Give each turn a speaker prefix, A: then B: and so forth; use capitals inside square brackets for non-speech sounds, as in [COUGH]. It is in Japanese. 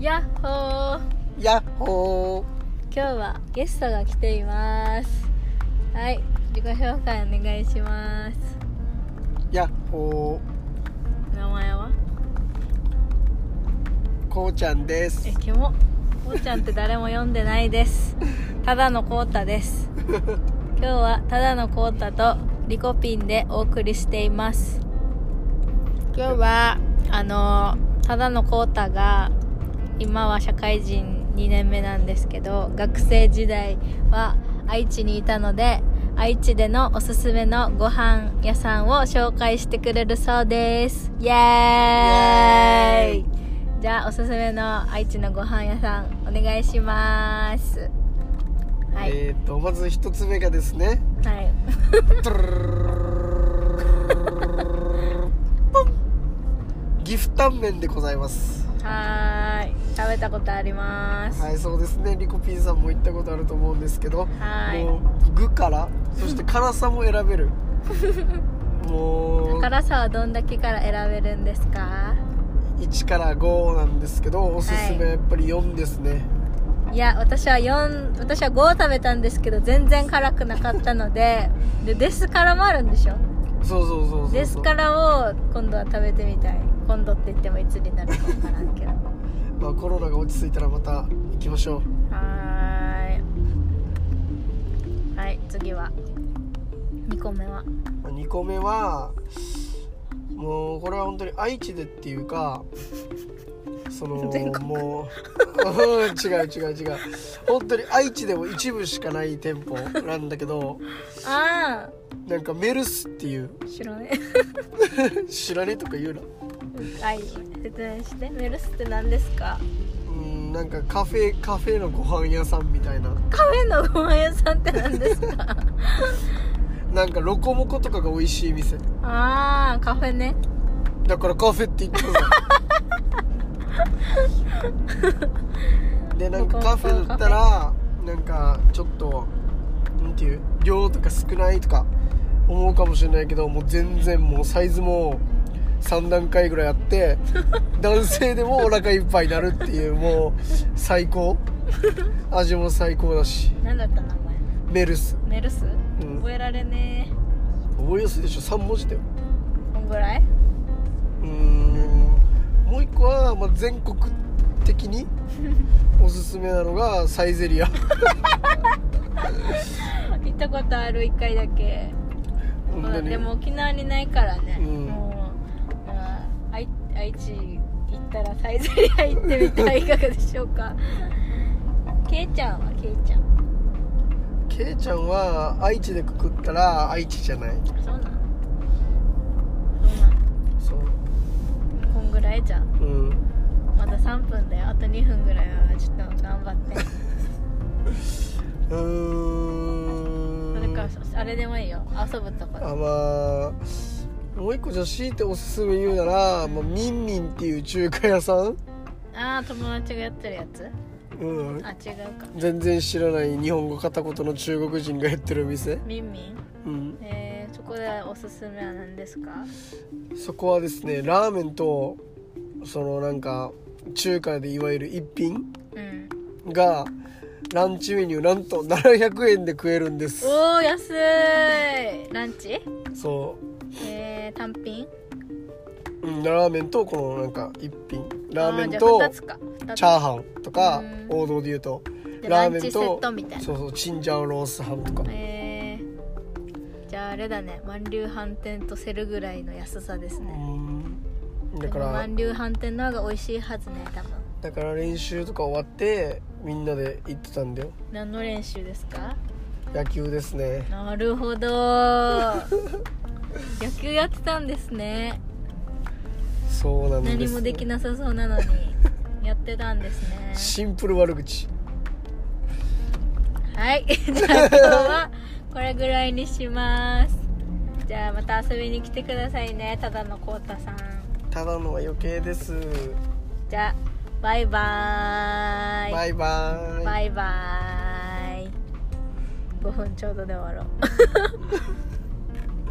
A: やっほー
B: ヤッホ
A: 今日はゲストが来ていますはい自己紹介お願いします
B: ーヤッホ
A: 名前は
B: ーこうちゃんです
A: えキモこうちゃんって誰も読んでない [LAUGHS] ですただのこうたです今日はただのこうたとリコピンでお送りしています今日はあのただのこうたが今は社会人2年目なんですけど学生時代は愛知にいたので愛知でのおすすめのご飯屋さんを紹介してくれるそうですイエーイ
B: イエーイ
A: じゃあおすすめの愛知のご飯屋さんお願いしますはい、
B: えっ、ー、とまず一つ目がですね
A: [LAUGHS] はい
B: トゥルルルルルルルルルルルポン岐阜タンメンでございます
A: はーい食べたことあります
B: はいそうですねリコピンさんも行ったことあると思うんですけど
A: はい
B: もう具からそ
A: [LAUGHS]
B: して辛さも選べるもう
A: 辛さはどんだけから選べるんですか
B: 1から5なんですけどおすすめはやっぱり4ですね、
A: いや私は4私は5を食べたんですけど全然辛くなかったの
B: [LAUGHS]
A: ででデス辛もあるんでしょ
B: そうそうそうそうそう
A: デス辛を今度は食べてみたい今度って言ってもいつになるか分からんけどは
B: まあ、コロナが落ち着いたらまた行きましょう
A: ーいはい次は2個目は
B: まあ2個目はもうこれは本当に愛知でっていうかその
A: 全国
B: もう [LAUGHS] うん違う違う違う本当に愛知でも一部しかない店舗なんだけど
A: あ
B: なんかメルスっていう
A: あ知らね
B: 知らねえとか言うな
A: えはい説明してメルスって何ですか
B: うんなんかカフェカフェのご飯屋さんみたいな
A: カフェのご飯屋さんって何ですか
B: なんかロコモコとかが美味しい店
A: [LAUGHS] ああカフェね
B: だからカフェって言ったのでなんかカフェだったらなんかちょっとなんていう量とか少ないとか思うかもしれないけどもう全然もうサイズも3段階ぐらいあって [LAUGHS] 男性でもお腹いっぱいになるっていうもう最高味も最高だし
A: 何だった名前
B: メルス
A: メルス、
B: うん
A: 覚えられね
B: 覚えやすいでしょ3文字だよ
A: えこんぐらいう
B: ーんもう一個は、まあ、全国的 [LAUGHS] におすすめなのがサイゼリア
A: 行ったことある1回だけ
B: 本当に
A: でも沖縄にないからね、
B: うん
A: もうまあ愛愛知行ったらサイゼリア行ってみてはいかがでしょうか [LAUGHS] ケイちゃんはケイちゃん
B: ケイちゃんは愛知でくくったら愛知じゃない
A: そうなんそうなん
B: そう
A: こんぐらいじゃん
B: うん
A: まだ3分だよあと2分ぐらいはちょっと頑張って
B: うーん
A: それかあれでもいいよ遊ぶとこ
B: あまあもう一個じゃあ強いておすすめ言うなら、まあ、ミンミンっていう中華屋さん
A: ああ友達がやってるやつ
B: うん
A: あ違うか
B: 全然知らない日本語片言の中国人がやってる店
A: みんみん
B: うん
A: えー、そこでおすすめは何ですか
B: そこはですねラーメンとそのなんか中華でいわゆる一品
A: うん
B: がランチメニューなんと700円で食えるんです
A: おー安いランチ
B: そ
A: えー、単品
B: う、うん、ラーメンとこのなんか一品ラーメン
A: あ
B: と
A: じゃあ2つか2つ
B: チャーハンとか
A: うん
B: 王道で言うと
A: で
B: ラ
A: ラ
B: ーメ
A: ン
B: ンと
A: チセットみたいな
B: そうそうチンジャオロースハンとか
A: えー、じゃああれだね万流飯店とセルぐらいの安さです
B: う
A: ね
B: ん
A: で
B: だか
A: も
B: ら
A: 万流飯店の方が美味しいはずね多分
B: だから練習とか終わってみんなで行ってたんだよ
A: 何の練習ですか
B: 野球ですね
A: なるほ
B: [LAUGHS]
A: ど野球やってたんですね
B: そうなんです
A: 何もできなさそうなのにやってたんですね
B: シンプル悪口 [LAUGHS]
A: はいじゃあ今日はこれぐらいにしますじゃあまた遊びに来てくださいねただのこうたさん
B: ただのは余計です
A: じゃあバイバーイ
B: バイバイ
A: バイバーイ5分ちょうどで終わろう